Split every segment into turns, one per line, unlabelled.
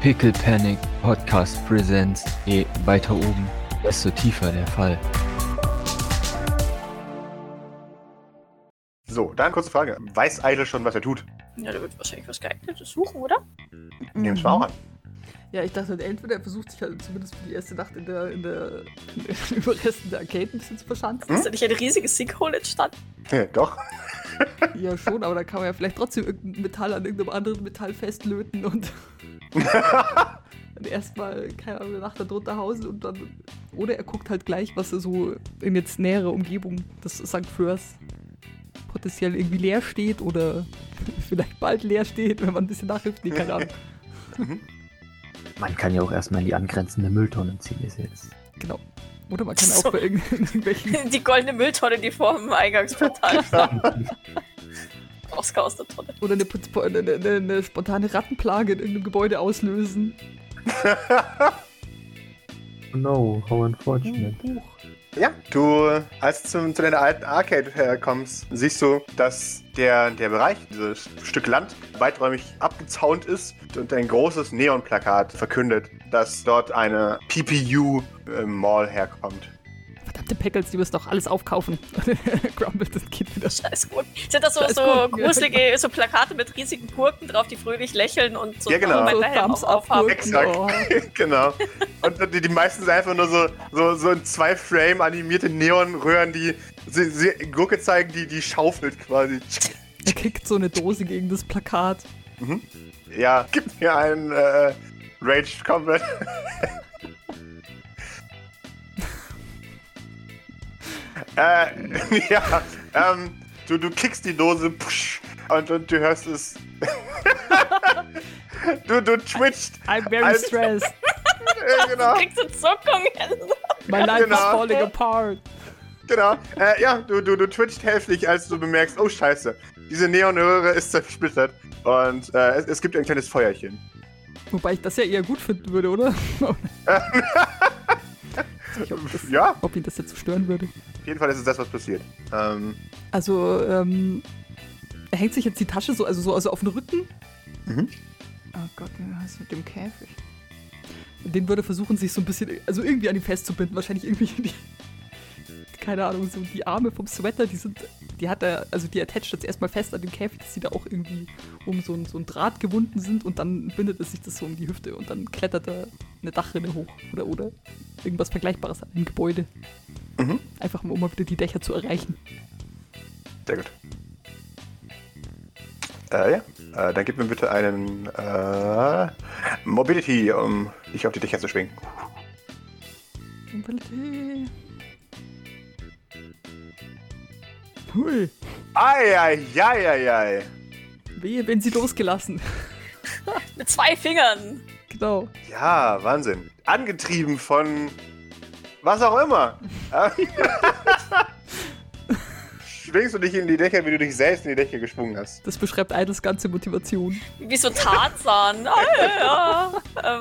Pickle Panic Podcast Presents. Je weiter oben, desto tiefer der Fall.
So, dann kurze Frage. Weiß Eile schon, was er tut?
Ja, da wird wahrscheinlich was geeignetes suchen, oder?
Nehmen es mal auch an.
Ja, ich dachte, entweder er versucht sich halt zumindest für die erste Nacht in der, in der, in den Überresten der Arcade ein bisschen zu verschanzen.
Ist da nicht ein riesiges Sinkhole entstanden?
Ja, Äh, doch.
Ja, schon, aber da kann man ja vielleicht trotzdem irgendein Metall an irgendeinem anderen Metall festlöten und dann erstmal, keine Ahnung, eine Nacht darunter hausen und dann. Oder er guckt halt gleich, was er so in jetzt nähere Umgebung des St. Förs potenziell irgendwie leer steht oder vielleicht bald leer steht, wenn man ein bisschen nachhilft. Nee, keine Ahnung.
Man kann ja auch erstmal in die angrenzende Mülltonne ziehen, ist jetzt.
Genau. Oder man kann
So.
auch bei irgend- irgendwelchen.
Die goldene Mülltonne, die vor dem Eingangsportal stand. Oscar aus der Tonne.
Oder eine, pot- eine, eine, eine spontane Rattenplage in irgendeinem Gebäude auslösen.
Oh no, how unfortunate.
Huch.
Ja, du, als du zum, zu deiner alten Arcade äh, kommst, siehst du, dass der, der Bereich, dieses Stück Land, weiträumig abgezaunt ist und ein großes Neonplakat verkündet, dass dort eine PPU-Mall ähm, herkommt.
Verdammte Peckels, die müssen doch alles aufkaufen. Grumble, das geht wieder.
Scheiß gut. Sind das so,
Scheiß
so
gut.
gruselige so Plakate mit riesigen Gurken drauf, die fröhlich lächeln und so
Ja, genau.
einen
So
Helm
Thumbs
auch
up
aufhaben?
Gurken.
Exakt.
Oh.
genau. Und die, die meisten sind einfach nur so, so, so in zwei Frame animierte Neonröhren, die sie, sie Gurke zeigen, die, die schaufelt quasi.
Er kickt so eine Dose gegen das Plakat.
Ja, gib mir einen äh, Rage Combat. äh, ja, ähm, du, du kickst die Dose psch, und, und du hörst es. du, du twitcht.
I'm very
Alles-
stressed.
Äh, genau,
Kriegst du Zuckungen?
My life is
Genau.
falling apart.
genau. Äh, ja, du, du, du twitcht heftig, als du bemerkst, oh scheiße, diese Neonröhre ist zersplittert. Und äh, es, es gibt ein kleines Feuerchen.
Wobei ich das ja eher gut finden würde, oder? ich ob, das,
Ja,
ob ihn das jetzt so stören würde.
auf jeden Fall ist es das, was passiert. Ähm,
Also, ähm, er hängt sich jetzt die Tasche so, also so also auf den Rücken.
Mhm.
Oh Gott, was ist mit dem Käfig? Den würde versuchen, sich so ein bisschen, also irgendwie an ihm festzubinden. Wahrscheinlich irgendwie die, keine Ahnung, so die Arme vom Sweater, die sind, die hat er, also die attacht jetzt erstmal fest an den Käfig, dass die da auch irgendwie um so ein, so ein Draht gewunden sind und dann bindet er sich das so um die Hüfte und dann klettert er eine Dachrinne hoch oder, oder irgendwas Vergleichbares an einem Gebäude.
Mhm.
Einfach um immer wieder die Dächer zu erreichen.
Sehr gut. Äh, ja, äh, dann gib mir bitte einen äh, Mobility, um dich auf die Dächer zu schwingen.
Mobility. Hui,
Eieieiei.
wehe, wenn sie losgelassen.
Mit zwei Fingern.
genau.
Ja, Wahnsinn. Angetrieben von was auch immer. Ähm, Schwingst du dich in die Dächer, wie du dich selbst in die Dächer geschwungen hast.
Das beschreibt Eiles ganze Motivation.
Wie so Tarzan. Ah, ja, ja.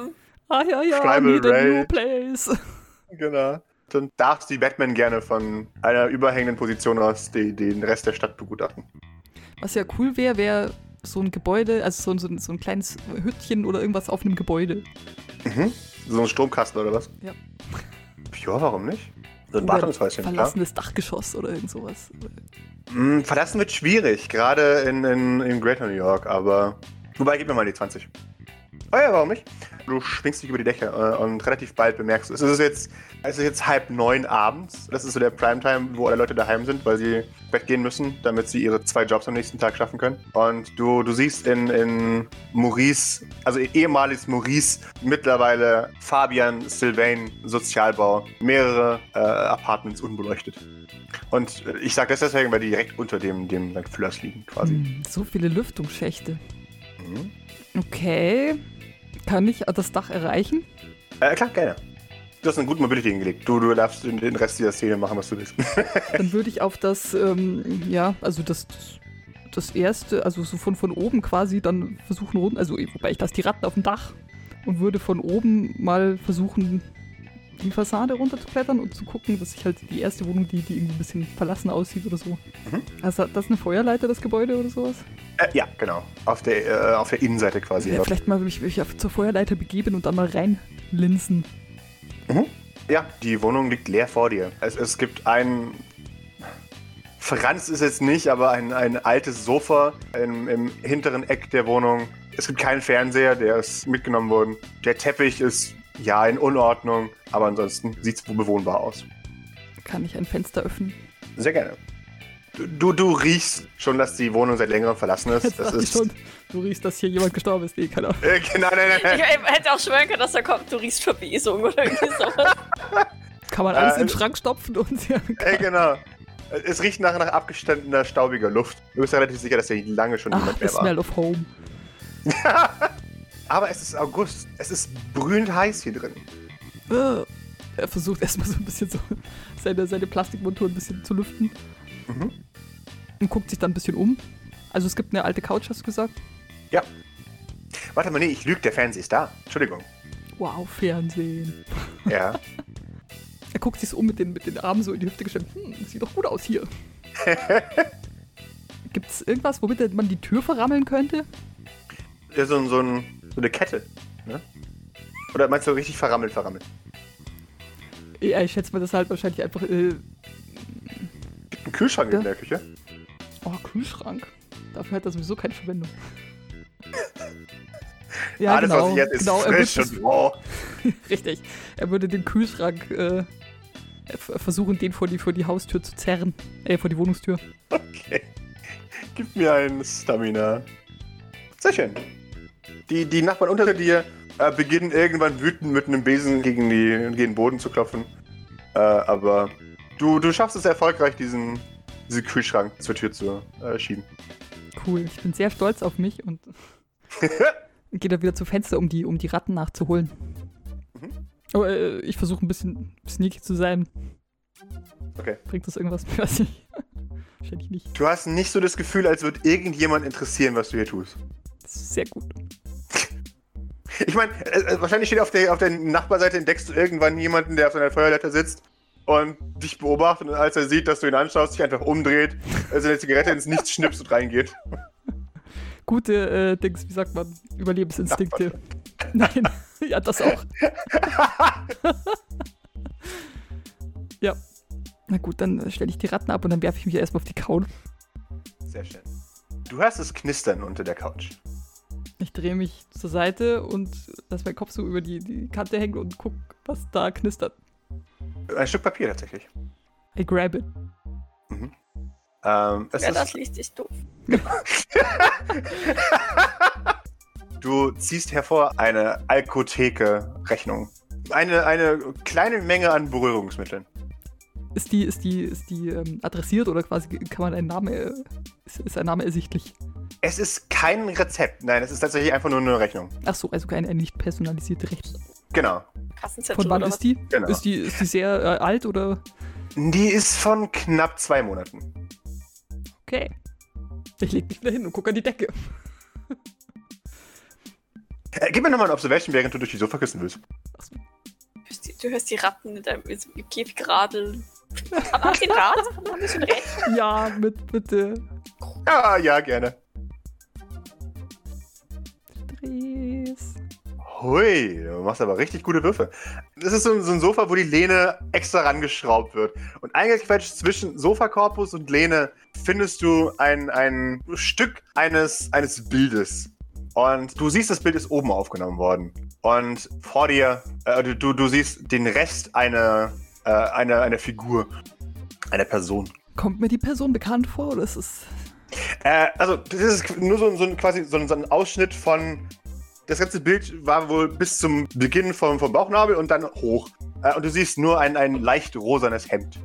Ähm,
Ah ja, ja,
Tribal
need a new
Rage.
place.
Genau. Dann darfst du die Batman gerne von einer überhängenden Position aus die, den Rest der Stadt begutachten.
Was ja cool wäre, wäre so ein Gebäude, also so ein, so, ein, so ein kleines Hüttchen oder irgendwas auf einem Gebäude.
Mhm. So ein Stromkasten oder was?
Ja.
Ja, warum nicht? So ein
Oder
Wartungshäuschen, klar.
Verlassenes Dachgeschoss oder irgend sowas.
Mm, verlassen wird schwierig, gerade in, in, in Greater New York, aber. Wobei, gib mir mal die 20. Oh ja, warum nicht? Du schwingst dich über die Dächer äh, und relativ bald bemerkst du es. Es ist jetzt, es ist jetzt halb neun abends. Das ist so der Primetime, wo alle Leute daheim sind, weil sie ins Bett gehen müssen, damit sie ihre zwei Jobs am nächsten Tag schaffen können. Und du, du siehst in, in Maurice, also ehemaliges Maurice, mittlerweile Fabian Sylvain Sozialbau, mehrere äh, Apartments unbeleuchtet. Und äh, ich sage das deswegen, weil die direkt unter dem, dem St. Flörs liegen, quasi.
Hm, So viele Lüftungsschächte.
Mhm.
Okay. Kann ich das Dach erreichen?
Äh, klar, gerne. Du hast einen guten Mobility hingelegt. Du, du darfst den, den Rest dieser Szene machen, was du willst.
Dann würde ich auf das, ähm, ja, also das, das erste, also so von, von oben quasi dann versuchen runter, also wobei ich lasse die Ratten auf dem Dach und würde von oben mal versuchen die Fassade runterzuklettern und zu gucken, dass ich halt die erste Wohnung, die, die irgendwie ein bisschen verlassen aussieht oder so.
Mhm.
Also hat das eine Feuerleiter, das Gebäude oder sowas?
Äh, ja, genau. Auf der, äh, auf der Innenseite quasi.
Ja, vielleicht mal mich, mich auf, zur Feuerleiter begeben und dann mal reinlinsen.
Ja, die Wohnung liegt leer vor dir. Es, es gibt ein. Franz ist jetzt nicht, aber ein, ein altes Sofa im, im hinteren Eck der Wohnung. Es gibt keinen Fernseher, der ist mitgenommen worden. Der Teppich ist ja in Unordnung, aber ansonsten sieht es bewohnbar aus.
Kann ich ein Fenster öffnen?
Sehr gerne. Du, du, du riechst schon, dass die Wohnung seit längerem verlassen ist.
Jetzt
Das
dachte ich
ist.
schon, du riechst, dass hier jemand gestorben ist. Nee, keine Ahnung.
Äh, nein, nein, nein,
Ich
nein.
hätte auch schwören können, dass da kommt, du riechst Verwesung oder irgendwie sowas.
Kann man alles
Äh,
in den Schrank stopfen und ja,
Äh, genau. Es riecht nach, nach abgestandener, staubiger Luft. Du bist relativ sicher, dass hier lange schon
Ach,
niemand
the
mehr war.
smell of home.
Aber es ist August. Es ist brühend heiß hier drin.
Äh, Er versucht erstmal so ein bisschen so seine, seine Plastikmontur ein bisschen zu lüften.
Mhm.
Und guckt sich dann ein bisschen um. Also es gibt eine alte Couch, hast du gesagt?
Warte mal, nee, ich lüge, der Fernseher ist da. Entschuldigung.
Wow, Fernsehen.
Ja.
Er guckt sich so um mit den, mit den Armen so in die Hüfte gestemmt. Hm, sieht doch gut aus hier. Gibt's irgendwas, womit man die Tür verrammeln könnte?
ja so, ein- so, ein, so eine Kette. Ne? Oder meinst du richtig verrammelt, verrammelt?
Ja, ich schätze mal, das halt wahrscheinlich einfach. Äh,
Ein Kühlschrank
Ja.
in der Küche.
oh, Kühlschrank. Dafür hat er sowieso keine Verwendung. ja,
Alles,
genau.
Ah, was ich jetzt ist
genau, er
frisch
wird das-
und oh. roh.
Richtig. Er würde den Kühlschrank äh, f- versuchen, den vor die, vor die Haustür zu zerren. Äh, vor die Wohnungstür.
Okay. Gib mir ein Stamina. Sehr schön. Die, die Nachbarn unter dir äh, beginnen irgendwann wütend mit einem Besen gegen, die, gegen den Boden zu klopfen. Äh, aber du, du schaffst es erfolgreich, diesen, diesen Kühlschrank zur Tür zu äh, schieben.
Cool. Ich bin sehr stolz auf mich und geht dann wieder zum Fenster, um die, um die Ratten nachzuholen.
Mhm.
Aber äh, ich versuche ein bisschen sneaky zu sein.
Okay.
Bringt das irgendwas? Ich weiß nicht. Wahrscheinlich nicht.
Du hast nicht so das Gefühl, als würde irgendjemand interessieren, was du hier tust.
Das ist sehr gut.
Ich meine, äh, äh, wahrscheinlich steht auf der, auf der Nachbarseite, entdeckst du irgendwann jemanden, der auf seiner Feuerleiter sitzt und dich beobachtet. Und als er sieht, dass du ihn anschaust, sich einfach umdreht, äh, seine Zigarette ins Nichts schnippst und reingeht.
Gute äh, Dings, wie sagt man? Überlebensinstinkte. Nein. ja, das auch. ja. Na gut, dann stelle ich die Ratten ab und dann werfe ich mich erstmal auf die Couch.
Sehr schön. Du hörst es knistern unter der Couch.
Ich drehe mich zur Seite und lasse meinen Kopf so über die, die Kante hängen und guck, was da knistert.
Ein Stück Papier tatsächlich.
I grab it.
Ähm, es
Ja, das
ist,
liest sich doof.
du ziehst hervor eine Alkotheke-Rechnung. Eine, eine kleine Menge an Berührungsmitteln.
Ist die, ist die, ist die ähm, adressiert oder quasi kann man einen Namen, äh, ist, ist ein Name ersichtlich?
Es ist kein Rezept. Nein, es ist tatsächlich einfach nur eine Rechnung.
Ach so, also keine nicht personalisierte Rechnung.
Genau.
Kassenzettel
Von wann
oder
ist
was?
die?
Genau.
Ist die, ist die sehr äh, alt oder?
Die ist von knapp zwei Monaten.
Okay. Ich leg mich wieder hin und gucke an die Decke.
Äh, gib mir nochmal ein Observation, während du durch die Sofakissen willst.
Du hörst die- Du hörst die Ratten in deinem so im Käfig radeln. Aber auf den Rat? Haben wir schon recht?
Ja, mit, bitte.
Ah, ja, gerne.
Dres.
Hui, du machst aber richtig gute Würfe. Das ist so ein, so ein Sofa, wo die Lehne extra rangeschraubt wird. Und eingequetscht zwischen Sofakorpus und Lehne findest du ein, ein Stück eines, eines Bildes. Und du siehst, das Bild ist oben aufgenommen worden. Und vor dir, äh, du, du, du siehst den Rest einer, äh, einer, einer Figur, einer Person.
Kommt mir die Person bekannt vor oder ist es.
Äh, also, das ist nur so, ein- so ein, quasi so ein, so ein Ausschnitt von. Das ganze Bild war wohl bis zum Beginn vom, vom Bauchnabel und dann hoch. Äh, und du siehst nur ein, ein leicht rosanes Hemd.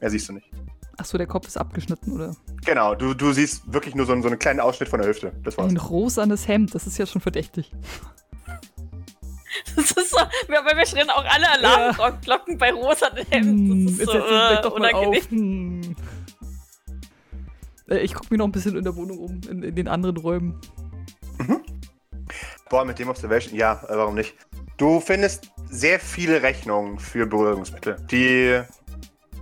Mehr siehst du nicht.
Achso, der Kopf ist abgeschnitten oder?
Genau, du, du siehst wirklich nur so, einen- so einen kleinen Ausschnitt von der Hüfte. Das war's.
Ein rosanes Hemd, das ist ja schon verdächtig.
Das ist so, wir, aber wir schreien auch alle Alarmglocken bei rosa Hemden. Das
Hm,
ist so
jetzt setz dich
äh,
doch mal
unangenehm.
auf. Hm. Äh, Ich gucke mir noch ein bisschen in der Wohnung um, in, in den anderen Räumen.
Boah, mit dem Observation, ja, äh, warum nicht? Du findest sehr viele Rechnungen für Beruhigungsmittel, die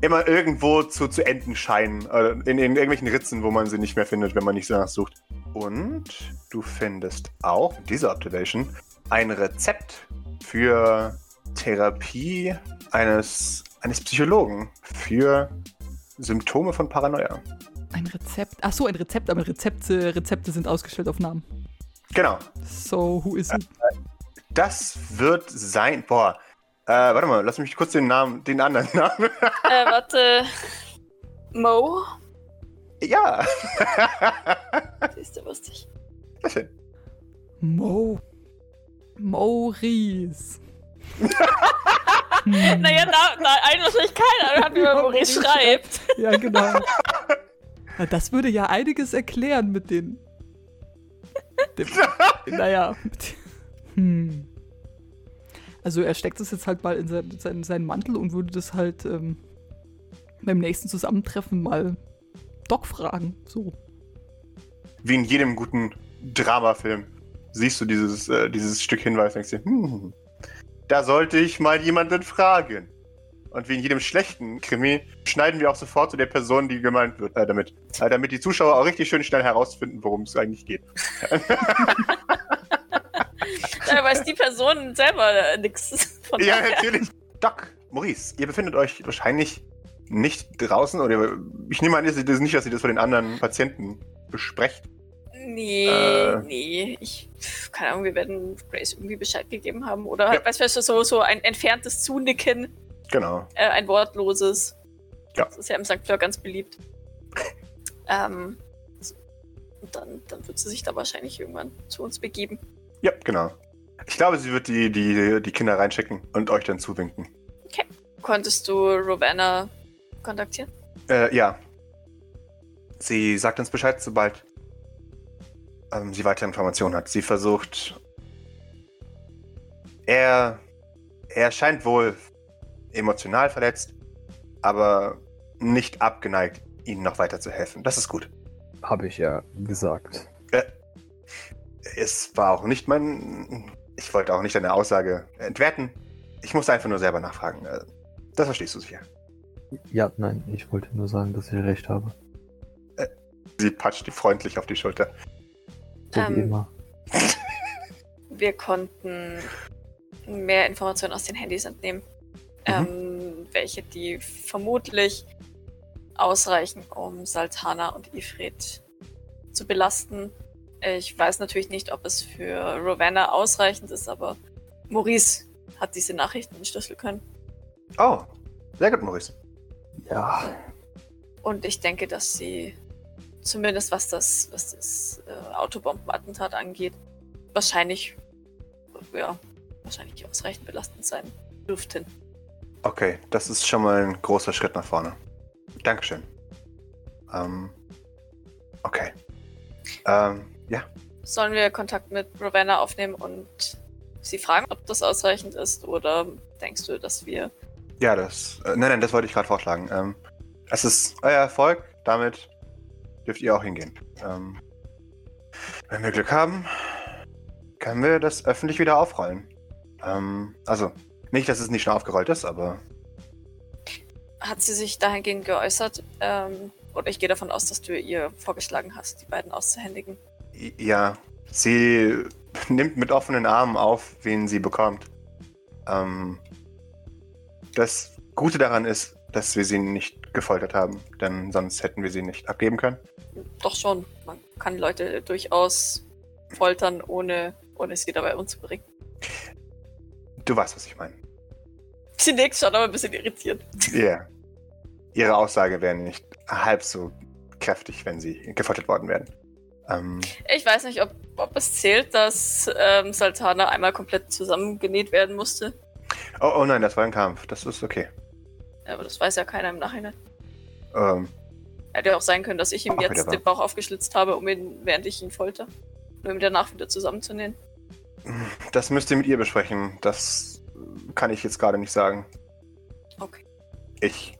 immer irgendwo zu, zu enden scheinen. Oder in, in irgendwelchen Ritzen, wo man sie nicht mehr findet, wenn man nicht danach sucht. Und du findest auch mit dieser Observation ein Rezept für Therapie eines, eines Psychologen für Symptome von Paranoia.
Ein Rezept. Ach so, ein Rezept, aber Rezepte, Rezepte sind ausgestellt auf Namen.
Genau.
So, who is it?
Das wird sein. Boah. Äh, warte mal, lass mich kurz den Namen, den anderen Namen.
Äh, warte. Mo?
ja.
Siehst du, wusste ich.
Sehr schön.
Mo. Maurice.
Naja, na, na, einen wahrscheinlich keiner, aber hat mir mal Maurice schreibt.
Ja, genau. Na, das würde ja einiges erklären mit den. Dem, naja. Mit, hm. Also er steckt es jetzt halt mal in seinen, seinen, seinen Mantel und würde das halt ähm, beim nächsten Zusammentreffen mal Doc fragen. So.
Wie in jedem guten Dramafilm siehst du dieses, äh, dieses Stück Hinweis und denkst dir, hm, da sollte ich mal jemanden fragen. Und wie in jedem schlechten Krimi schneiden wir auch sofort zu der Person, die gemeint wird, äh, damit. Äh, damit die Zuschauer auch richtig schön schnell herausfinden, worum es eigentlich geht.
Da weiß die Person selber äh, nichts von.
Ja, natürlich. Doc, Maurice, ihr befindet euch wahrscheinlich nicht draußen oder ich nehme an, ihr seht das nicht, dass ihr das von den anderen Patienten besprecht.
Nee,
Äh.
nee. Ich, pf, keine Ahnung, wir werden Grace irgendwie Bescheid gegeben haben. Oder halt, weißt du, so, so ein entferntes Zunicken,
Genau.
äh, ein wortloses.
Ja.
Das ist ja im St. Fleur ganz beliebt. ähm, so. und dann, dann wird sie sich da wahrscheinlich irgendwann zu uns begeben.
Ja, genau. Ich glaube, sie wird die, die, die Kinder reinschicken und euch dann zuwinken.
Konntest du Rowena kontaktieren?
Äh, ja. Sie sagt uns Bescheid, sobald ähm, sie weitere Informationen hat. Sie versucht. Er. Er scheint wohl emotional verletzt, aber nicht abgeneigt, ihnen noch weiter zu helfen. Das ist gut.
Habe ich ja gesagt.
Es war auch nicht mein. Ich wollte auch nicht deine Aussage entwerten. Ich musste einfach nur selber nachfragen. Äh, Das verstehst du sicher.
Ja, nein, ich wollte nur sagen, dass ich recht habe.
Sie patscht dir freundlich auf die Schulter.
So wie
Ähm.
immer.
Wir konnten mehr Informationen aus den Handys entnehmen, ähm, welche die vermutlich ausreichen, um Saltana und Ifrit zu belasten. Ich weiß natürlich nicht, ob es für Rowena ausreichend ist, aber Maurice hat diese Nachrichten entschlüsseln können.
Oh, sehr gut, Maurice.
Ja,
Und ich denke, dass sie zumindest was das, was das äh, Autobombenattentat angeht, wahrscheinlich, ja, wahrscheinlich ausreichend belastend sein dürften.
Okay, das ist schon mal ein großer Schritt nach vorne. Dankeschön. Ähm, okay. Ähm, ja,
Sollen wir Kontakt mit Ravenna aufnehmen und sie fragen, ob das ausreichend ist? Oder denkst du, dass wir.
ja, das. Äh, nein, nein, das wollte ich gerade vorschlagen. Ähm, es ist euer Erfolg, damit dürft ihr auch hingehen. Ähm, wenn wir Glück haben, können wir das öffentlich wieder aufrollen. Ähm, also, nicht, dass es nicht schon aufgerollt ist, aber
Hat sie sich dahingehend geäußert? Ähm, oder ich gehe davon aus, dass du ihr vorgeschlagen hast, die beiden auszuhändigen.
Ja, sie nimmt mit offenen Armen auf, wen sie bekommt. Ähm, das Gute daran ist, dass wir sie nicht gefoltert haben, denn sonst hätten wir sie nicht abgeben können.
Doch schon. Man kann Leute durchaus foltern, ohne, ohne sie dabei umzubringen.
Du weißt, was ich meine.
Sie nickt schon, aber ein bisschen irritiert.
Ja. Ihre Aussage wäre nicht halb so kräftig, wenn sie gefoltert worden wären. Ähm,
Ich weiß nicht, ob, ob es zählt, dass ähm, Sultana einmal komplett zusammengenäht werden musste.
oh, oh nein, das war ein Kampf. Das ist okay.
Aber das weiß ja keiner im Nachhinein.
Ähm,
Hätte ja auch sein können, dass ich ihm
Ach, wieder
jetzt
wahr.
den Bauch aufgeschlitzt habe, um ihn, während ich ihn folter. Nur ihm danach wieder zusammenzunähen.
das müsst ihr mit ihr besprechen. Das kann ich jetzt gerade nicht sagen.
Okay.
Ich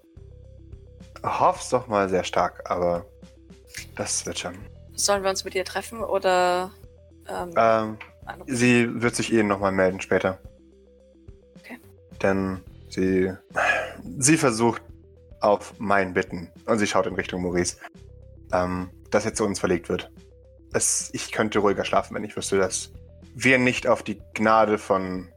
hoff's doch mal sehr stark, aber das wird schon.
Sollen wir uns mit ihr treffen oder ähm,
Ähm,
andere-
sie wird sich eh nochmal melden später.
Okay.
denn sie, sie versucht auf mein Bitten und sie schaut in Richtung Maurice, ähm, dass er zu uns verlegt wird. Es, ich könnte ruhiger schlafen, wenn ich wüsste, dass wir nicht auf die Gnade von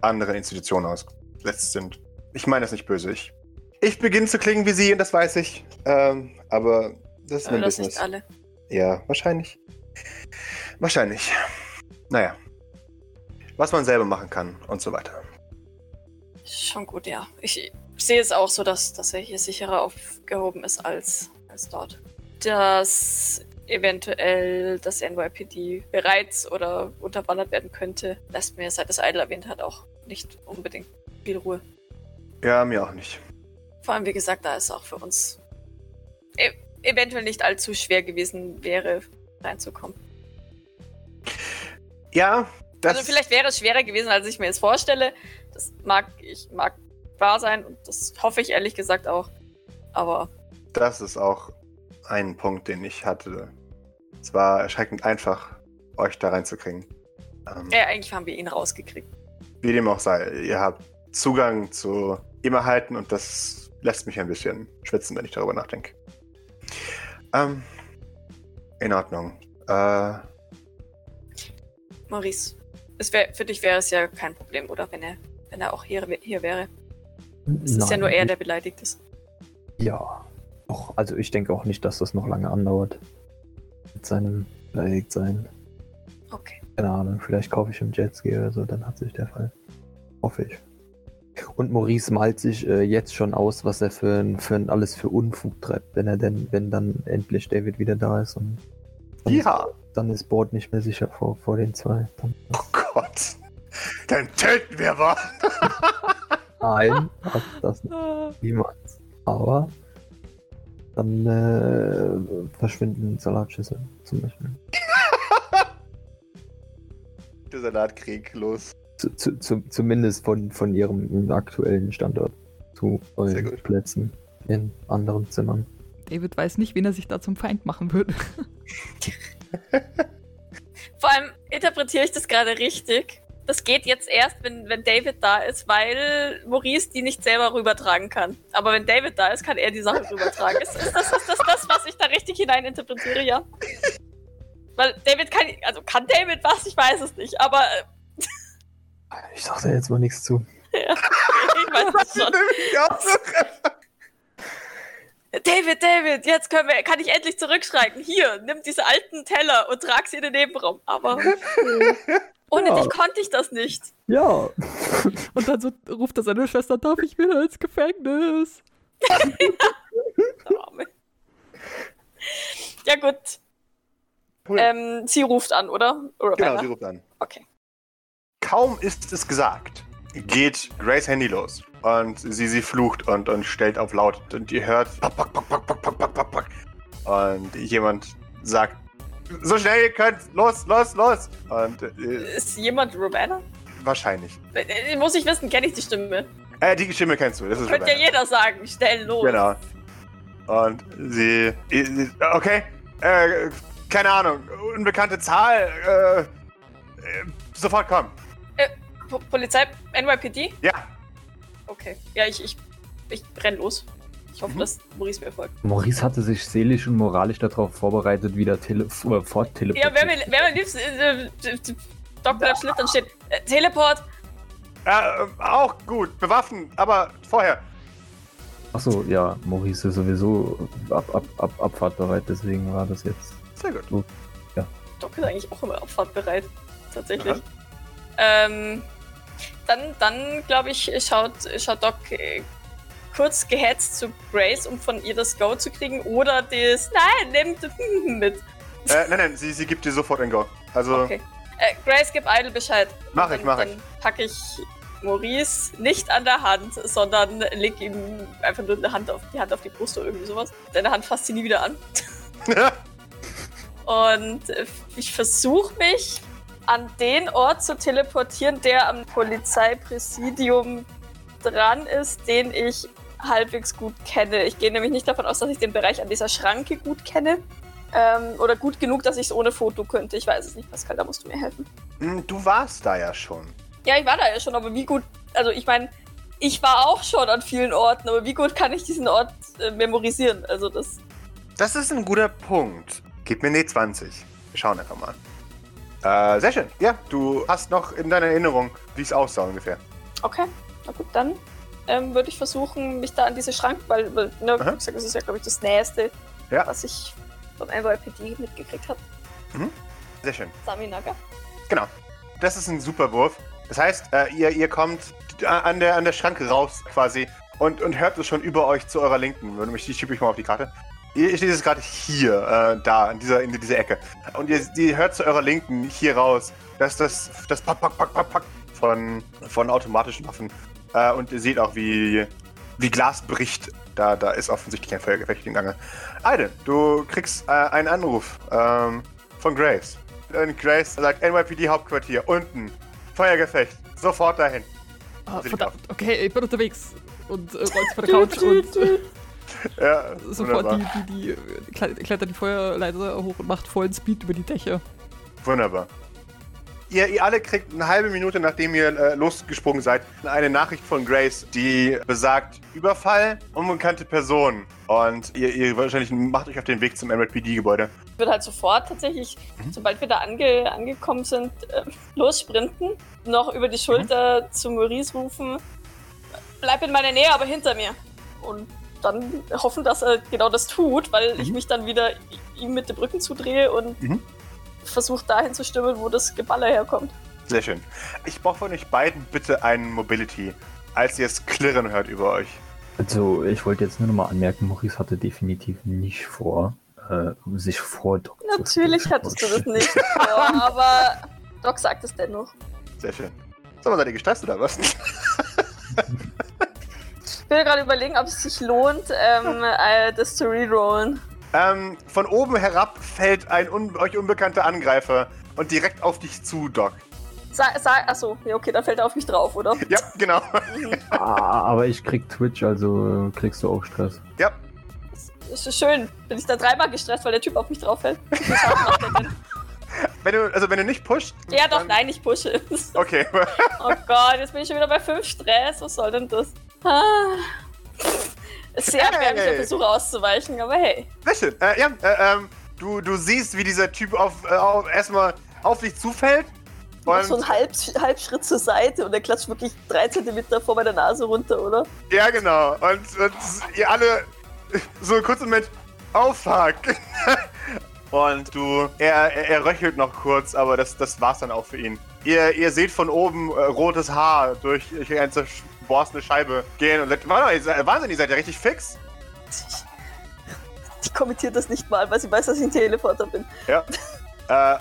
anderen Institutionen ausgesetzt sind. Ich meine das nicht böse. Ich, ich beginne zu klingen wie sie und das weiß ich. Ähm, aber das ist
Aber
mein
das
Business.
nicht alle.
Ja, wahrscheinlich. Wahrscheinlich. Naja. Was man selber machen kann und so weiter.
Schon gut, ja. Ich sehe es auch so, dass, dass er hier sicherer aufgehoben ist als, als dort. Dass eventuell das NYPD bereits oder unterwandert werden könnte, lässt mir, seit es Idle erwähnt hat, auch nicht unbedingt viel Ruhe.
Ja, mir auch nicht.
Vor allem, wie gesagt, da es auch für uns e eventuell nicht allzu schwer gewesen wäre, reinzukommen.
Ja, das.
also vielleicht wäre es schwerer gewesen, als ich mir es vorstelle. Das mag ich mag wahr sein und das hoffe ich ehrlich gesagt auch. Aber
Das ist auch ein Punkt, den ich hatte. Es war erschreckend einfach, euch da reinzukriegen. Ähm,
Ja, eigentlich haben wir ihn rausgekriegt.
Wie dem auch sei, ihr habt Zugang zu ihm erhalten und das lässt mich ein bisschen schwitzen, wenn ich darüber nachdenke. Ähm, in Ordnung. Äh,
Maurice, es wär, für dich wäre es ja kein Problem, oder? Wenn er, wenn er auch hier, hier wäre. Es ist ja nur er, der beleidigt ist.
Ja. Och, also ich denke auch nicht, dass das noch lange andauert. Mit seinem beleidigt sein.
Okay.
Keine Ahnung, vielleicht kaufe ich ihm Jetski oder so, dann hat sich der Fall. Hoffe ich. Und Maurice malt sich äh, jetzt schon aus, was er für, ein- für ein- alles für Unfug treibt, wenn er denn, wenn dann endlich David wieder da ist und dann,
ja.
ist, dann ist Board nicht mehr sicher vor, vor den zwei. Dann,
Oh Gott. Dann töten wir was.
nein, das, das
Ah,
niemals. Aber dann äh, verschwinden Salatschüssel zum Beispiel.
Der Salatkrieg los.
zu, zu, zu, zumindest von, von ihrem aktuellen Standort zu
Sehr
euren
gut.
Plätzen in anderen Zimmern.
David weiß nicht, wen er sich da zum Feind machen würde.
Vor allem interpretiere ich das gerade richtig. Das geht jetzt erst, wenn, wenn David da ist, weil Maurice die nicht selber rübertragen kann. Aber wenn David da ist, kann er die Sachen rübertragen. Ist, ist, das, ist das das, was ich da richtig hineininterpretiere, ja? Weil David kann, also kann David was? Ich weiß es nicht, aber äh,
Ich sag da jetzt mal nichts zu.
ich weiß es schon. David, David, jetzt können wir, kann ich endlich zurückschreiten. Hier, nimm diese alten Teller und trag sie in den Nebenraum. Aber ohne
Ja.
dich konnte ich das nicht.
Ja,
Und dann so ruft er seine Schwester, darf ich wieder ins Gefängnis?
Der Arme. Oh, Ja gut, ähm, sie ruft an, oder? oder
genau,
einer?
sie ruft an.
Okay.
Kaum ist es gesagt, geht Grace Handy los. Und sie, sie flucht und, und stellt auf laut. Und ihr hört. Pack, pack, pack, pack, pack, pack, pack, pack, pack. Und jemand sagt: So schnell ihr könnt, los, los, los. Und äh,
Ist jemand Roberta?
wahrscheinlich.
Äh, äh, Muss ich wissen, kenne ich die Stimme.
Äh, die Stimme kennst du, das ist
Könnte ja
Roberta.
jeder sagen, schnell los.
Genau. Und sie. sie- Okay. Äh, keine Ahnung. Unbekannte Zahl. Äh, äh, sofort kommen.
Po- Polizei, NYPD?
Ja.
Okay. Ja, ich, ich, ich renn los. Ich
Mhm.
hoffe, dass Maurice mir folgt.
Maurice hatte sich seelisch und moralisch darauf vorbereitet, wieder tele äh,
Ja, wer mir,
fortteleportiert.
wer mir liebst, äh, äh, äh, Dr. Schlittern steht. Äh, Teleport,
Äh, auch gut. Bewaffnen, aber vorher.
Achso, ja, Maurice ist sowieso ab, ab, ab, abfahrtbereit, deswegen war das jetzt.
Sehr gut.
Doc ist eigentlich auch immer abfahrtbereit. Tatsächlich.
Aha.
Ähm, dann, dann glaube ich, schaut, schaut Doc äh, kurz gehetzt zu Grace, um von ihr das Go zu kriegen. Oder das Nein, nimm mit.
Äh, nein, nein, sie, sie gibt dir sofort ein Go. Also,
Okay. Äh, Grace, gib Idle Bescheid.
Mach ich,
Dann-
mach
Dann packe ich Maurice nicht an der Hand, sondern leg ihm einfach nur eine Hand auf, die Hand auf die Brust oder irgendwie sowas. Deine Hand fasst sie nie wieder an. Und äh, ich versuche mich an den Ort zu teleportieren, der am Polizeipräsidium dran ist, den ich halbwegs gut kenne. Ich gehe nämlich nicht davon aus, dass ich den Bereich an dieser Schranke gut kenne. Ähm, oder gut genug, dass ich es ohne Foto könnte. Ich weiß es nicht, Pascal, da musst du mir helfen.
Hm, du warst da ja schon.
Ja, ich war da ja schon, aber wie gut. Also, ich meine, ich war auch schon an vielen Orten, aber wie gut kann ich diesen Ort äh, memorisieren? Also das.
Das ist ein guter Punkt. Gib mir eine 20. Wir schauen einfach mal. Äh, sehr schön. Ja, du hast noch in deiner Erinnerung, wie es aussah ungefähr.
Okay, na gut, dann ähm, würde ich versuchen, mich da an diese Schrank, weil, weil ne,
Aha.
wie gesagt, das ist ja, glaube ich, das Nächste,
Ja.
was ich von NYPD mitgekriegt habe.
Sehr schön.
Saminaga.
Genau. Das ist ein super Wurf. Das heißt, äh, ihr, ihr kommt d- an der, an der Schranke raus quasi und, und hört es schon über euch zu eurer Linken. Würde mich- Die schiebe ich mal auf die Karte. Ihr ihr steht jetzt gerade hier, äh, da, in dieser, in dieser Ecke. Und ihr, ihr hört zu eurer Linken hier raus, dass das, das Pack, Pack, Pack, Pack, Pack von, von automatischen Waffen. Äh, und ihr seht auch, wie, wie Glas bricht. Da, da ist offensichtlich ein Feuergefecht im Gange. Aiden, du kriegst äh, einen Anruf ähm, von Graves. Und Grace sagt NYPD-Hauptquartier, unten. Feuergefecht, sofort dahin.
Ah,
Sie
verdammt, okay, ich bin unterwegs. Und äh, roll's von der Couch und äh,
Ja,
sofort
wunderbar.
die, die, die, äh, kle- klettert die Feuerleiter hoch und macht vollen Speed über die Dächer.
Wunderbar. Ihr, ihr alle kriegt eine halbe Minute, nachdem ihr äh, losgesprungen seid, eine Nachricht von Grace, die besagt, Überfall, unbekannte Personen. Und ihr, ihr wahrscheinlich macht euch auf den Weg zum NYPD-Gebäude.
Ich würde halt sofort tatsächlich,
Mhm.
sobald wir da ange angekommen sind, äh, lossprinten, noch über die Schulter zu Maurice rufen, bleib in meiner Nähe, aber hinter mir. Und dann hoffen, dass er genau das tut, weil ich mich dann wieder i- ihm mit den Brücken zudrehe und
Mhm.
versuche dahin zu stimmen, wo das Geballer herkommt.
Sehr schön. Ich brauche von euch beiden bitte einen Mobility, als ihr es klirren hört über euch.
Also, ich wollte jetzt nur nochmal anmerken, Maurice hatte definitiv nicht vor, äh, sich vor Doc zu
Natürlich
stellen.
hattest du das nicht vor, aber Doc sagt es dennoch.
Sehr schön. Sag mal, seid ihr gestresst oder was?
Ich will gerade überlegen, ob es sich lohnt, ähm, äh, das zu rerollen.
Ähm, von oben herab fällt ein un euch unbekannter Angreifer und direkt auf dich zu, Doc.
Sa sa achso, ja, okay, da fällt er auf mich drauf, oder?
Ja, genau.
Ah, aber ich krieg Twitch, also äh, kriegst du auch Stress.
ja.
Das ist schön. Bin ich da dreimal gestresst, weil der Typ auf mich drauf fällt?
Wenn du, also wenn du nicht pusht.
Ja, doch,
dann-
nein, ich pushe.
Okay.
Oh Gott, jetzt bin ich schon wieder bei fünf Stress. Was soll denn das? Ah. Sehr
Hey.
erbärmlicher Versuch auszuweichen, aber hey.
Sehr schön. Äh, ja, äh, ähm, du, du siehst, wie dieser Typ auf, äh, auf erstmal auf dich zufällt.
Noch so
Und,
ein Halb Halbschritt zur Seite und er klatscht wirklich drei Zentimeter vor meiner Nase runter, oder?
ja, genau. Und, und ihr alle so kurz im Moment. Oh fuck. Und du, er, er, er röchelt noch kurz, aber das, das war's dann auch für ihn. Ihr, ihr seht von oben äh, rotes Haar durch, durch eine zerborstene Scheibe gehen und sagt, "Warte mal, ihr seid- Wahnsinn, ihr seid ja richtig fix.
Die kommentiert das nicht mal, weil sie weiß, dass ich ein Teleporter bin.
Äh, und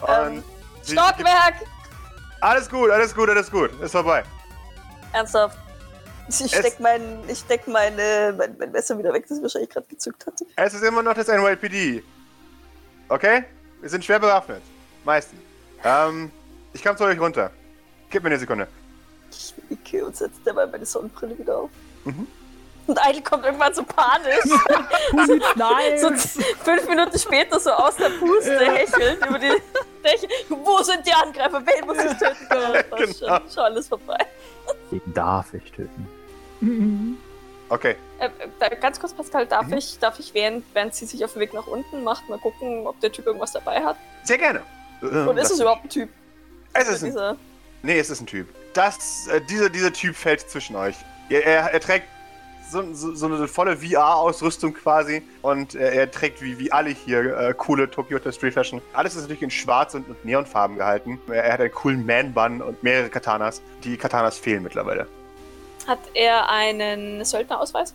Ähm,
sie-
Stockwerk!
Alles gut, alles gut, alles gut. Ist vorbei.
Ernsthaft. Ich steck, mein, ich steck meine, mein, mein Messer wieder weg, das ich wahrscheinlich gerade gezückt hatte.
Es ist immer noch das NYPD. Okay? Wir sind schwer bewaffnet. Meistens. Ähm, ich komme zu euch runter. Gib mir eine Sekunde.
Ich nicke und setze dabei meine Sonnenbrille wieder auf.
Mhm.
Und Idle kommt irgendwann so panisch.
Nein!
so z- fünf Minuten später so aus der Puste hechelnd über die Dächer. Wo sind die Angreifer? Wen muss ich töten? Oh,
Genau.
schon, schon alles vorbei.
Den darf ich töten.
Mhm.
Okay.
Äh, äh, da- ganz kurz, Pascal, darf
Mhm.
ich, darf ich während, während sie sich auf den Weg nach unten macht, mal gucken, ob der Typ irgendwas dabei hat?
Sehr gerne.
Und ist es überhaupt ein Typ?
Mhm. Es ist ein,
Dieser-
nee, es ist ein Typ. Das, äh, dieser, dieser Typ fällt zwischen euch. Er, er, er trägt so, so, so eine volle VR-Ausrüstung quasi. Und äh, er, er trägt wie, wie alle hier äh, coole Tokyo Street Fashion. Alles ist natürlich in Schwarz und, und Neonfarben gehalten. Er, er hat einen coolen Man-Bun und mehrere Katanas. Die Katanas fehlen mittlerweile.
Hat er einen Söldnerausweis?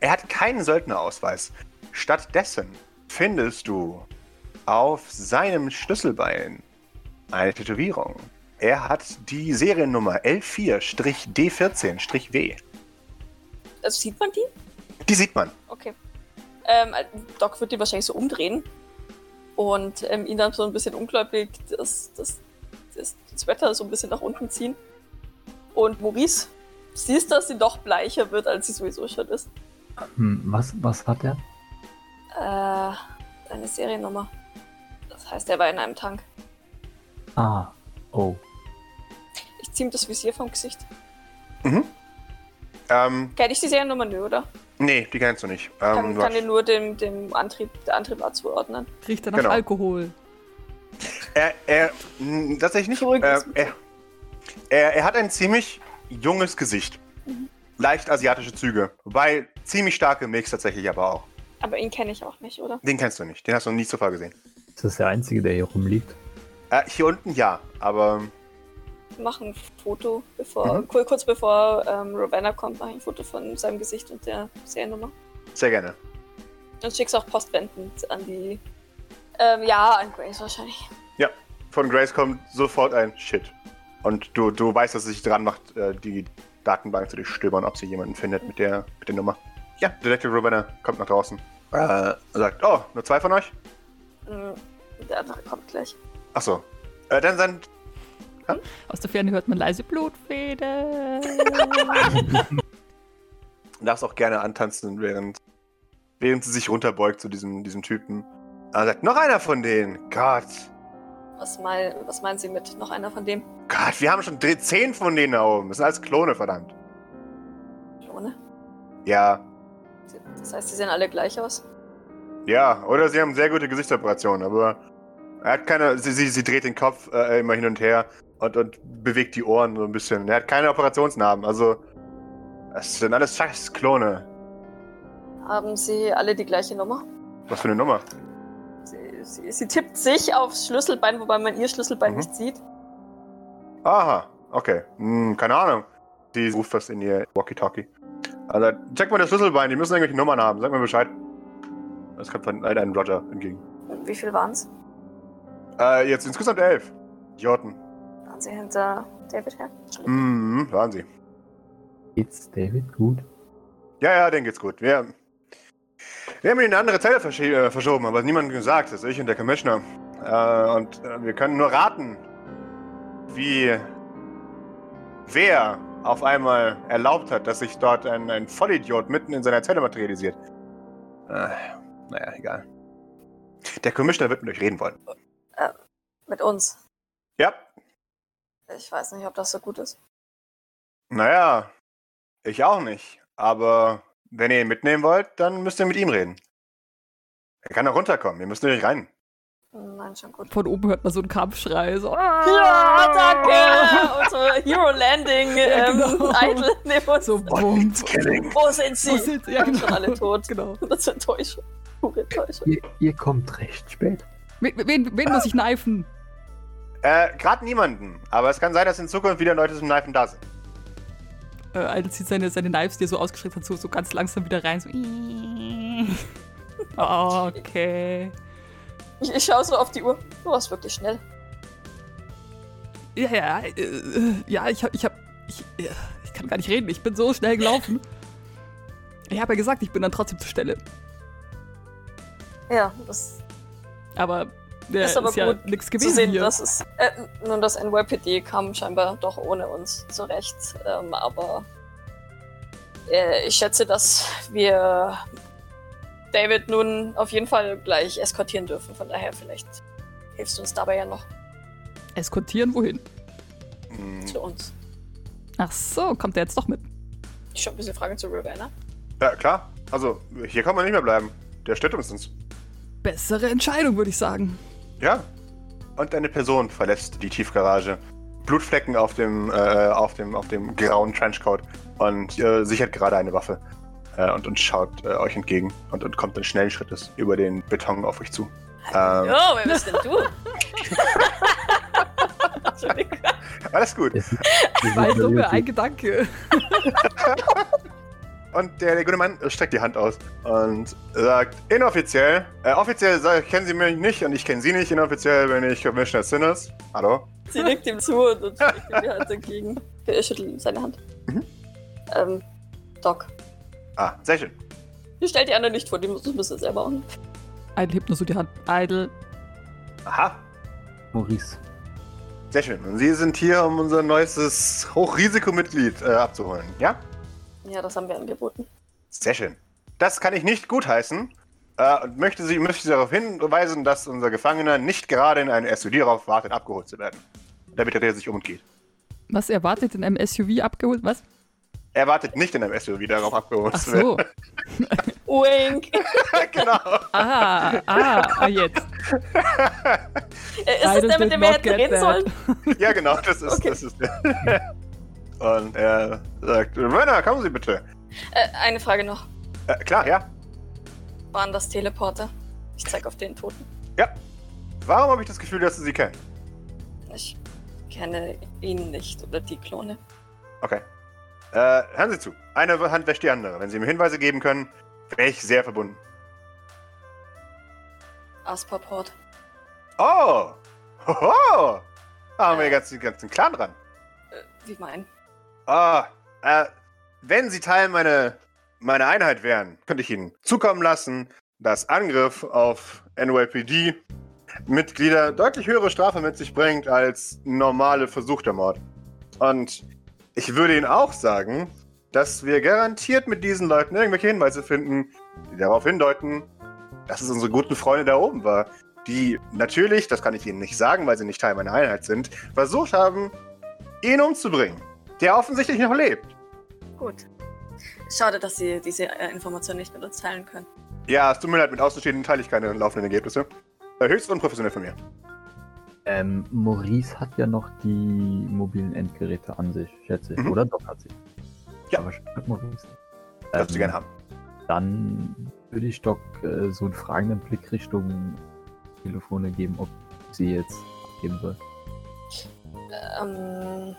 Er hat keinen Söldnerausweis. Stattdessen findest du auf seinem Schlüsselbein eine Tätowierung. Er hat die Seriennummer L4-D14-W.
Also sieht man die?
Die sieht man.
Okay. Ähm, Doc wird ihn wahrscheinlich so umdrehen und ähm, ihn dann so ein bisschen ungläubig das, das, das, das Wetter so ein bisschen nach unten ziehen. Und Maurice, siehst, dass sie doch bleicher wird, als sie sowieso schon ist.
Hm, was, was hat er?
Äh, eine Seriennummer. Das heißt, er war in einem Tank.
Ah, oh.
Ich ziehe ihm das Visier vom Gesicht.
Mhm. Ähm,
Kenne ich die Seriennummer? Nö, oder?
nee, die kennst du nicht.
Kann,
Ähm,
kann
warte.
den nur dem, dem Antrieb, der Antrieb war zuordnen.
Riecht er nach
Genau.
Alkohol.
er, er, mh, tatsächlich nicht.
Zurück
Äh,
ist-
er, er, er hat ein ziemlich junges Gesicht.
Mhm.
Leicht asiatische Züge. Wobei ziemlich starke Mix tatsächlich aber auch.
Aber ihn kenne ich auch nicht, oder?
Den kennst du nicht. Den hast du nie zuvor gesehen.
Ist das der einzige, der hier rumliegt?
Äh, hier unten ja, aber
Mach ein Foto, bevor, kur- kurz bevor ähm, Ravenna kommt, mach ich ein Foto von seinem Gesicht und der Seriennummer.
sehr gerne.
Und schick's auch postwendend an die. Ähm, ja, an Grace wahrscheinlich.
Von Grace kommt sofort ein Shit. Und du, du weißt, dass es sich dran macht, äh, die Datenbank zu durchstöbern, ob sie jemanden findet mit der, mit der Nummer. Ja, Detective Ravenna kommt nach draußen. Äh, sagt, oh, nur zwei von euch?
Mm, Der andere kommt gleich.
Achso. Äh, dann sind
Aus der Ferne hört man leise Blutfede.
Du darfst auch gerne antanzen, während, während sie sich runterbeugt zu diesem, diesem Typen. Er sagt, noch einer von denen. Gott,
Was, mein, was meinen Sie mit noch einer von dem?
Gott, wir haben schon dre- zehn von denen da oben. Das sind alles Klone, verdammt.
Klone?
Ja,
Das heißt, die sehen alle gleich aus.
ja. Oder sie haben sehr gute Gesichtsoperationen, aber er hat keine. Sie, sie, sie dreht den Kopf äh, immer hin und her und, und bewegt die Ohren so ein bisschen. Er hat keine Operationsnamen. Also, das sind alles scheiß Klone.
Haben Sie alle die gleiche Nummer?
Was für eine Nummer.
Sie, sie, sie tippt sich aufs Schlüsselbein, wobei man ihr Schlüsselbein
Mhm.
nicht sieht.
Aha, okay. Hm, keine Ahnung. Sie ruft was in ihr Walkie-Talkie. Also, check mal das Schlüsselbein, die müssen irgendwelche Nummern haben. Sag mir Bescheid. Es kommt von leider ein Roger entgegen.
Wie viel waren's?
Äh, jetzt insgesamt elf. Idioten.
Waren Sie hinter David her?
Mhm, waren sie.
Geht's David gut?
Ja, ja, denen geht's gut. Wir, wir haben ihn in eine andere Zelle verschie- äh, verschoben, aber niemand gesagt, das ist ich und der Commissioner. Äh, und äh, wir können nur raten, wie wer auf einmal erlaubt hat, dass sich dort ein, ein Vollidiot mitten in seiner Zelle materialisiert. Äh, naja, egal. Der Commissioner wird mit euch reden wollen.
Mit uns.
Ja,
Ich weiß nicht, ob das so gut ist.
naja, ich auch nicht. Aber wenn ihr ihn mitnehmen wollt, dann müsst ihr mit ihm reden. Er kann auch runterkommen, ihr müsst nicht rein.
Hm, Nein, schon gut.
Von oben hört man so einen Kampfschrei. So. ah,
Ja, danke! Unsere Hero Landing
Ja,
ähm,
genau.
Idol neben uns.
So, bumm.
Wo sind sie?
Wo sind sie? Ja,
Waren
genau.
schon alle tot.
Genau.
Das ist Enttäuschung. Pure Enttäuschung.
Ihr, ihr kommt recht spät.
Wen, wen, wen muss ich kneifen?
Äh, gerade niemanden. Aber es kann sein, dass in Zukunft wieder Leute zum Knifen da sind.
Äh, Alter zieht seine, seine Knives, die er so ausgestreckt hat, so, so ganz langsam wieder rein. So. Okay.
Ich, ich schaue so auf die Uhr. Du warst wirklich schnell.
Ja, ja, äh, ja, ich hab, ich hab, ich, äh, ich kann gar nicht reden, ich bin so schnell gelaufen. Ich habe ja gesagt, ich bin dann trotzdem zur Stelle.
Ja, das
Aber äh,
Ist
ist,
aber
ja
gut
nichts
zu
gewesen
sehen,
hier.
dass es. Äh, nun, das NYPD kam scheinbar doch ohne uns zurecht. Ähm, aber äh, ich schätze, dass wir David nun auf jeden Fall gleich eskortieren dürfen. Von daher, vielleicht hilfst du uns dabei ja noch
Eskortieren wohin?
Hm.
zu uns.
Ach so, kommt der jetzt doch mit.
Ich habe ein bisschen Fragen zu Ravenna.
Ja, klar. Also, hier kann man nicht mehr bleiben. Der steht uns.
Bessere Entscheidung, würde ich sagen.
Ja. Und eine Person verlässt die Tiefgarage. Blutflecken auf dem, äh, auf dem, auf dem grauen Trenchcoat. Und äh, sichert gerade eine Waffe. Äh, und, und schaut äh, euch entgegen. Und, und kommt in schnellen Schrittes über den Beton auf euch zu. Ähm,
Oh, wer bist denn du? Entschuldigung.
Ähm, Alles gut.
Es ist,
Zwei
es ist
Summe, ein
relativ,
Gedanke.
Und der, der gute Mann streckt die Hand aus und sagt, inoffiziell, äh, offiziell sag- kennen sie mich nicht und ich kenne sie nicht, inoffiziell bin ich Commissioner Sinners. Hallo?
Sie nickt ihm zu und, und streckt ihm die Hand entgegen. halt Er schüttelt ihm seine Hand.
Mhm.
Ähm, Doc.
Ah, sehr schön.
Ihr stellt die anderen nicht vor, die müssen das müssen wir selber machen.
Idle hebt nur so die Hand. Idle.
Aha,
Maurice.
sehr schön. Und sie sind hier, um unser neuestes Hochrisikomitglied äh, abzuholen, ja?
Ja, das haben wir angeboten.
Sehr schön. Das kann ich nicht gutheißen äh, und möchte sie, möchte sie darauf hinweisen, dass unser Gefangener nicht gerade in einen SUD darauf wartet, abgeholt zu werden. Damit er sich um und geht.
Was erwartet in einem SUV abgeholt? Was?
Er wartet nicht in einem SUV darauf abgeholt
Ach
zu werden.
so.
Wink!
genau.
Ah, ah, ah, jetzt.
Äh, Ist
I
es
don't
der, mit dem wir
not
hätten
get
reden
that.
sollen?
Ja, genau, das ist,
Okay.
das ist der. Und er sagt, Werner, kommen Sie bitte.
Äh, eine Frage noch.
Äh, klar, ja.
Waren das Teleporter? Ich zeig auf den Toten.
Warum habe ich das Gefühl, dass Sie sie kennen?
Ich kenne ihn nicht oder die Klone.
Okay. Äh, hören Sie zu. Eine Hand wäscht die andere. Wenn Sie mir Hinweise geben können, wäre ich sehr verbunden.
Asperport.
Oh! Hoho! Da haben wir den ganzen, ganzen Clan dran.
Äh, wie mein?
Ah, äh, wenn Sie Teil meiner, meiner Einheit wären, könnte ich Ihnen zukommen lassen, dass Angriff auf NYPD Mitglieder deutlich höhere Strafe mit sich bringt als normale versuchter Mord. Und ich würde Ihnen auch sagen, dass wir garantiert mit diesen Leuten irgendwelche Hinweise finden, die darauf hindeuten, dass es unsere guten Freunde da oben war, die natürlich, das kann ich Ihnen nicht sagen, weil sie nicht Teil meiner Einheit sind, versucht haben, ihn umzubringen der offensichtlich noch lebt.
Gut. Schade, dass Sie diese äh, Information nicht mit uns teilen können.
Ja, es tut mir leid, mit Außenstehenden teile ich keine laufenden Ergebnisse. Äh, Höchst unprofessionell von mir.
Ähm, Maurice hat ja noch die mobilen Endgeräte an sich, schätze ich.
Mhm.
Oder Doc hat sie.
Ja.
Aber ich hab Maurice. nicht.
Darfst du
Ähm,
gerne haben.
Dann würde ich Doc äh, so einen fragenden Blick Richtung Telefone geben, ob sie jetzt geben soll.
Ähm,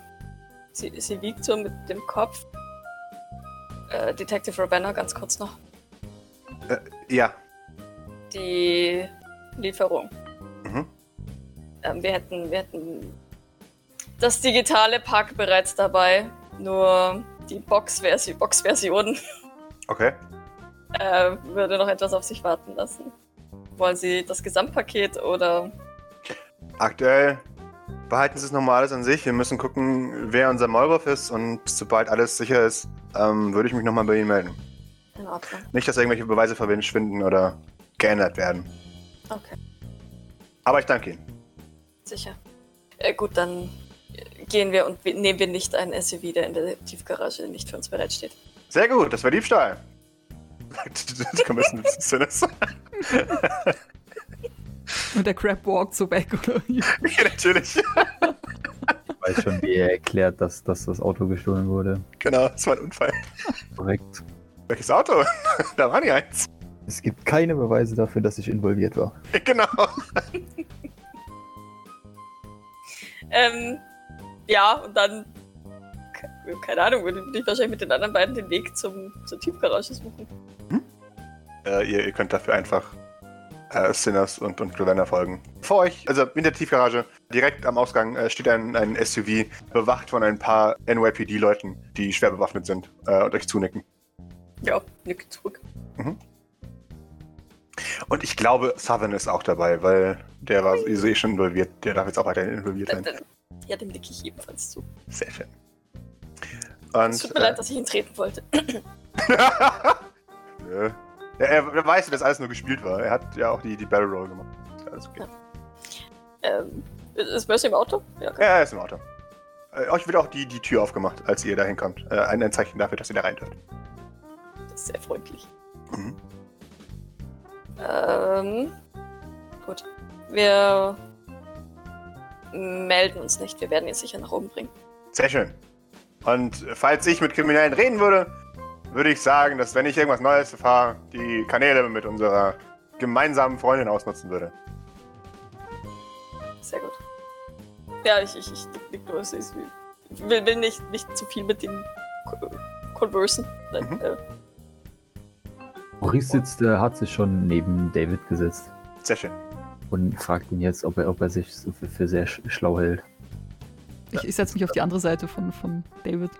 sie, sie wiegt so mit dem Kopf. Äh, Detective Ravenna, ganz kurz noch.
Ja.
Die Lieferung.
Mhm.
Ähm, wir, hätten, wir hätten das digitale Pack bereits dabei, nur die Box-Version Box äh,
Okay.
würde noch etwas auf sich warten lassen. Wollen Sie das Gesamtpaket oder
Aktuell behalten Sie es nochmal alles an sich. Wir müssen gucken, wer unser Maulwurf ist und sobald alles sicher ist, ähm, würde ich mich nochmal bei Ihnen melden.
in Ordnung?
Nicht, dass irgendwelche Beweise verschwinden oder geändert werden.
Okay,
Aber ich danke Ihnen.
sicher. Äh, gut, dann äh, gehen wir und wir- nehmen wir nicht einen SUV, der in der Tiefgarage nicht für uns bereitsteht.
Sehr gut, das war Diebstahl. Die Kommission des Sinnes.
Und der Crab walkt so weg. Oder wie?
Ja, natürlich.
Ich weiß schon, wie er erklärt, dass, dass das Auto gestohlen wurde.
Genau, das war ein Unfall.
Korrekt.
Welches Auto? da war nicht eins.
Es gibt keine Beweise dafür, dass ich involviert war.
Genau.
Ähm, ja, und dann, ke- keine Ahnung, würde ich wahrscheinlich mit den anderen beiden den Weg zum, zur Tiefgarage suchen.
Äh, ihr, ihr könnt dafür einfach äh, Sinners und, und Ravenna folgen. Vor euch, also in der Tiefgarage, direkt am Ausgang, äh, steht ein, ein SUV, bewacht von ein paar NYPD-Leuten, die schwer bewaffnet sind äh, und euch zunicken.
Ja, nick zurück.
Und ich glaube, Southern ist auch dabei, weil der war sowieso eh schon involviert. Der darf jetzt auch weiterhin involviert
Dann,
sein.
dann, ja, dem nicke ich ebenfalls zu.
Sehr schön.
Es
Und,
tut mir leid, dass ich ihn treten wollte.
äh, ja, er weiß, dass alles nur gespielt war. Er hat ja auch die, die Barrel Roll gemacht. Ist Alles okay.
Ähm, ist Mercy im Auto? Ja, okay.
Ja, er ist im Auto. Äh, euch wird auch die, die Tür aufgemacht, als ihr da hinkommt. Äh, ein, ein Zeichen dafür, dass ihr da rein dürft.
das ist sehr freundlich.
Mhm.
Ähm, gut. Wir melden uns nicht. Wir werden ihn sicher nach oben bringen.
Sehr schön. Und äh, falls ich mit Kriminellen reden würde, würde ich sagen, dass wenn ich irgendwas Neues erfahre, die Kanäle mit unserer gemeinsamen Freundin ausnutzen würde.
Sehr gut. Ja, ich, ich, ich nick- nick nur. es ist- Ich will, will nicht, nicht zu viel mit ihm ko- conversen. Nein,
Mhm.
äh,
Maurice sitzt, äh, hat sich schon neben David gesetzt
Sehr schön.
und fragt ihn jetzt, ob er, ob er sich so für, für sehr sch- schlau hält.
Ich, ich setze mich auf die andere Seite von, von David.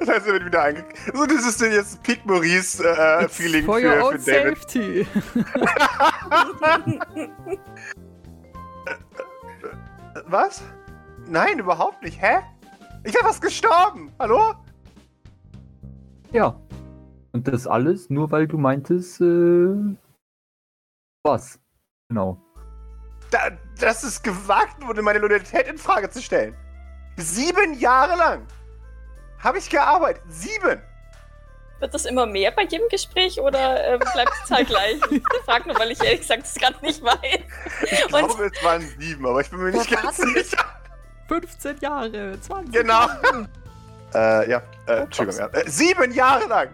Das heißt, er wird wieder einge... So, das ist jetzt Peak
It's
Maurice-Feeling
for your
äh, für,
own
für David.
safety.
Was? Nein, überhaupt nicht. Hä? Ich bin fast gestorben. Hallo?
Ja. Und das alles nur, weil du meintest, äh, was? Genau.
Da, dass es gewagt wurde, meine Loyalität in Frage zu stellen. Sieben Jahre lang habe ich gearbeitet. Sieben!
Wird das immer mehr bei jedem Gespräch oder äh, bleibt es halt gleich? Ich frag nur, weil ich ehrlich gesagt es gerade nicht weiß.
Ich glaube, es waren sieben, aber ich bin mir nicht
Boah,
ganz
warte.
sicher.
15 Jahre, 20
Genau.
Jahre.
Äh, ja, äh, Entschuldigung. Ja. Äh, sieben Jahre lang!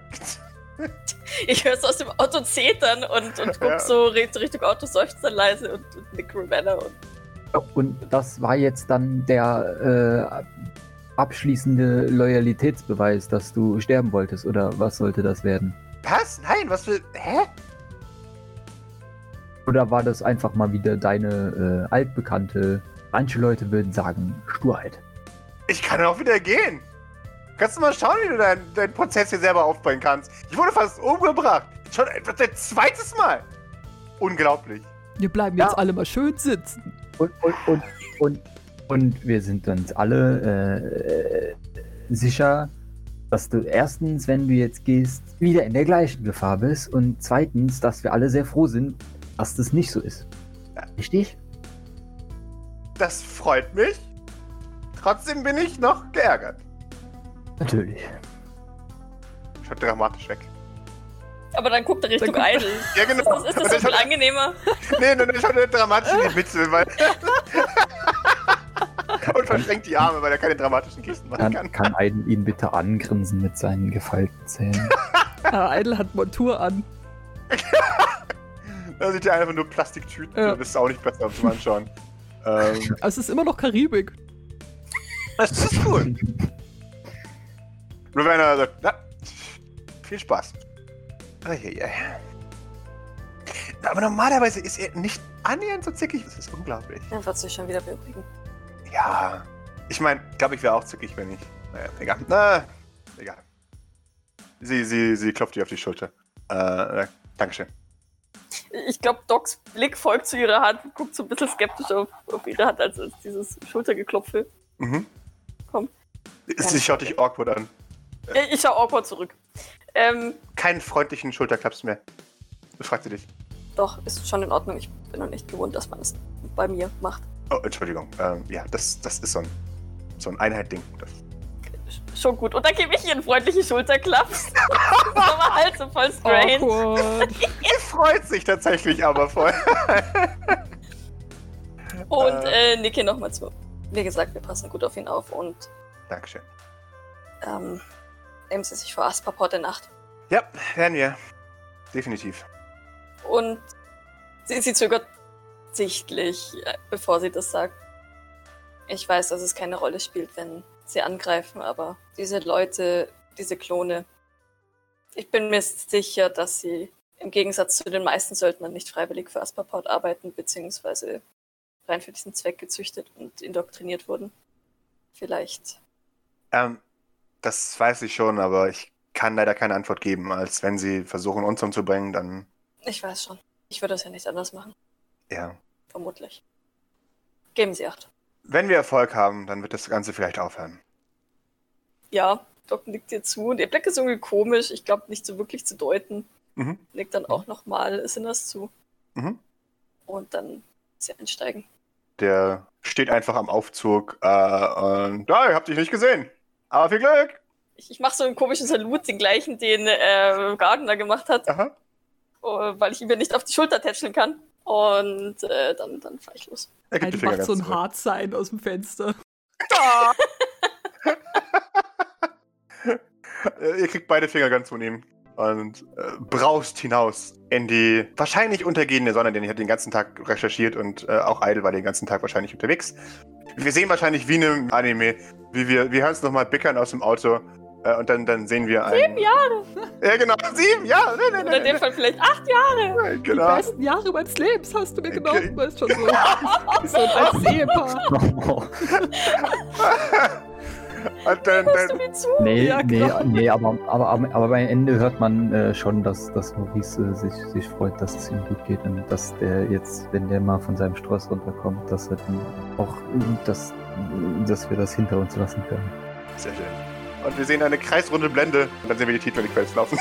Ich höre es aus dem Auto zetern und, und guck
Ja.
so re- Richtung Auto seufzen leise und, und Nick Ravenna und
Und das war jetzt dann der äh, abschließende Loyalitätsbeweis, dass du sterben wolltest, oder was sollte das werden?
Was? Nein, was für. Hä?
Oder war das einfach mal wieder deine äh, altbekannte, manche Leute würden sagen, Sturheit?
Ich kann auch wieder gehen. Kannst du mal schauen, wie du deinen deinen Prozess hier selber aufbauen kannst. Ich wurde fast umgebracht. Schon äh, etwa dein zweites Mal. Unglaublich.
Wir bleiben
Ja.
jetzt alle mal schön sitzen.
Und, und, und, und, und wir sind uns alle äh, sicher, dass du erstens, wenn du jetzt gehst, wieder in der gleichen Gefahr bist und zweitens, dass wir alle sehr froh sind, dass das nicht so ist. Richtig?
Das freut mich. Trotzdem bin ich noch geärgert.
Natürlich.
Schaut dramatisch weg.
Aber dann guckt er Richtung
guckt er-
Idol.
Ja,
Ist
genau.
das,
Und
ist das so
dann
viel
schaut-
angenehmer?
nee, nein, dann schaut er dramatisch in die Mütze, weil. Und verschränkt die Arme, weil er keine dramatischen Gesten machen
Dann
kann.
kann Aiden ihn bitte angrinsen mit seinen gefeilten Zähnen.
Ah, Idle hat Montur an.
Da sieht ja einfach nur Plastiktüten.
Ja.
Du bist auch nicht besser zum Anschauen. ähm,
Aber Es ist immer noch Karibik.
das ist cool. Ravenna sagt, na, viel Spaß. Eieiei. Aber normalerweise ist er nicht annähernd so zickig. Das ist unglaublich.
Dann wird sich schon wieder beruhigen.
Ja. Ich meine, glaube ich wäre auch zickig, wenn ich. Naja, egal. Na, egal. Sie, sie, sie klopft dir auf die Schulter. Äh, äh, Dankeschön.
Ich glaube, Docs Blick folgt zu ihrer Hand und guckt so ein bisschen skeptisch auf, auf ihre Hand, als, als dieses Schultergeklopfe.
Mhm.
Komm.
Sie schaut dich awkward an.
Ja, ich schaue awkward zurück. Ähm,
Keinen freundlichen Schulterklaps mehr. Fragt sie dich.
doch, ist schon in Ordnung. Ich bin noch nicht gewohnt, dass man es bei mir macht.
Oh, Entschuldigung. Ähm, ja, das, das ist so ein, so ein Einheit-Ding. Das-
Sch- Schon gut. Und dann gebe ich ihr einen freundlichen Schulterklaps. das ist aber halt so voll strange.
Awkward.
Er freut sich tatsächlich aber voll.
Und äh, Nicke nochmal zu. Wie gesagt, wir passen gut auf ihn auf und
Dankeschön.
ähm, nehmen sie sich vor Asperport in Acht.
Ja, werden wir. Definitiv.
Und sie, sie zögert sichtlich, äh, bevor sie das sagt. Ich weiß, dass es keine Rolle spielt, wenn sie angreifen, aber diese Leute, diese Klone, ich bin mir sicher, dass sie im Gegensatz zu den meisten Söldnern nicht freiwillig für Asperport arbeiten, beziehungsweise rein für diesen Zweck gezüchtet und indoktriniert wurden. Vielleicht.
Ähm, das weiß ich schon, aber ich kann leider keine Antwort geben, als wenn sie versuchen, uns umzubringen, dann
Ich weiß schon. Ich würde es ja nicht anders machen,
ja.
vermutlich. Geben Sie Acht.
Wenn wir Erfolg haben, dann wird das Ganze vielleicht aufhören.
Ja, Doc nickt dir zu und ihr Blick ist irgendwie komisch. Ich glaube, nicht so wirklich zu deuten.
Mhm.
Nickt dann auch nochmal Sinners zu
Mhm.
und dann sie einsteigen.
Der steht einfach am Aufzug äh, und "Ah, ja, ich hab dich nicht gesehen. Aber viel Glück!
Ich, ich mache so einen komischen Salut, den gleichen, den äh, Gardner gemacht hat,
Aha.
äh, weil ich ihm ja nicht auf die Schulter tätscheln kann. Und äh, dann, dann fahr ich los.
Er gibt die
Idle
Finger ganz
macht so ein
zurück.
Hard-Sign aus dem Fenster.
Ah, Äh, Ihr kriegt beide Finger ganz von ihm und äh, braust hinaus in die wahrscheinlich untergehende Sonne, denn ich habe den ganzen Tag recherchiert und äh, auch Idle war den ganzen Tag wahrscheinlich unterwegs. Wir sehen wahrscheinlich wie in einem Anime, wie wir, wir hören es nochmal bickern aus dem Auto äh, und dann, dann sehen wir einen.
Sieben Jahre!
Ja, genau, sieben Jahre! Nein,
Oder in dem
nein,
Fall vielleicht acht Jahre!
nein,
Die
genau.
besten Jahre meines Lebens hast du mir
Okay.
genommen, weißt schon so. so als Ehepaar.
Und dann, dann,
Hörst du mir zu?
Nee,
Ja,
nee,
klar.
nee, aber, aber, aber, aber am Ende hört man äh, schon, dass, dass Maurice äh, sich, sich freut, dass es ihm gut geht und dass der jetzt, wenn der mal von seinem Strauß runterkommt, dass er dann auch, äh, dass, äh, dass wir das hinter uns lassen können.
Sehr schön. Und wir sehen eine kreisrunde Blende. Und dann sehen wir die T-20-Quels laufen.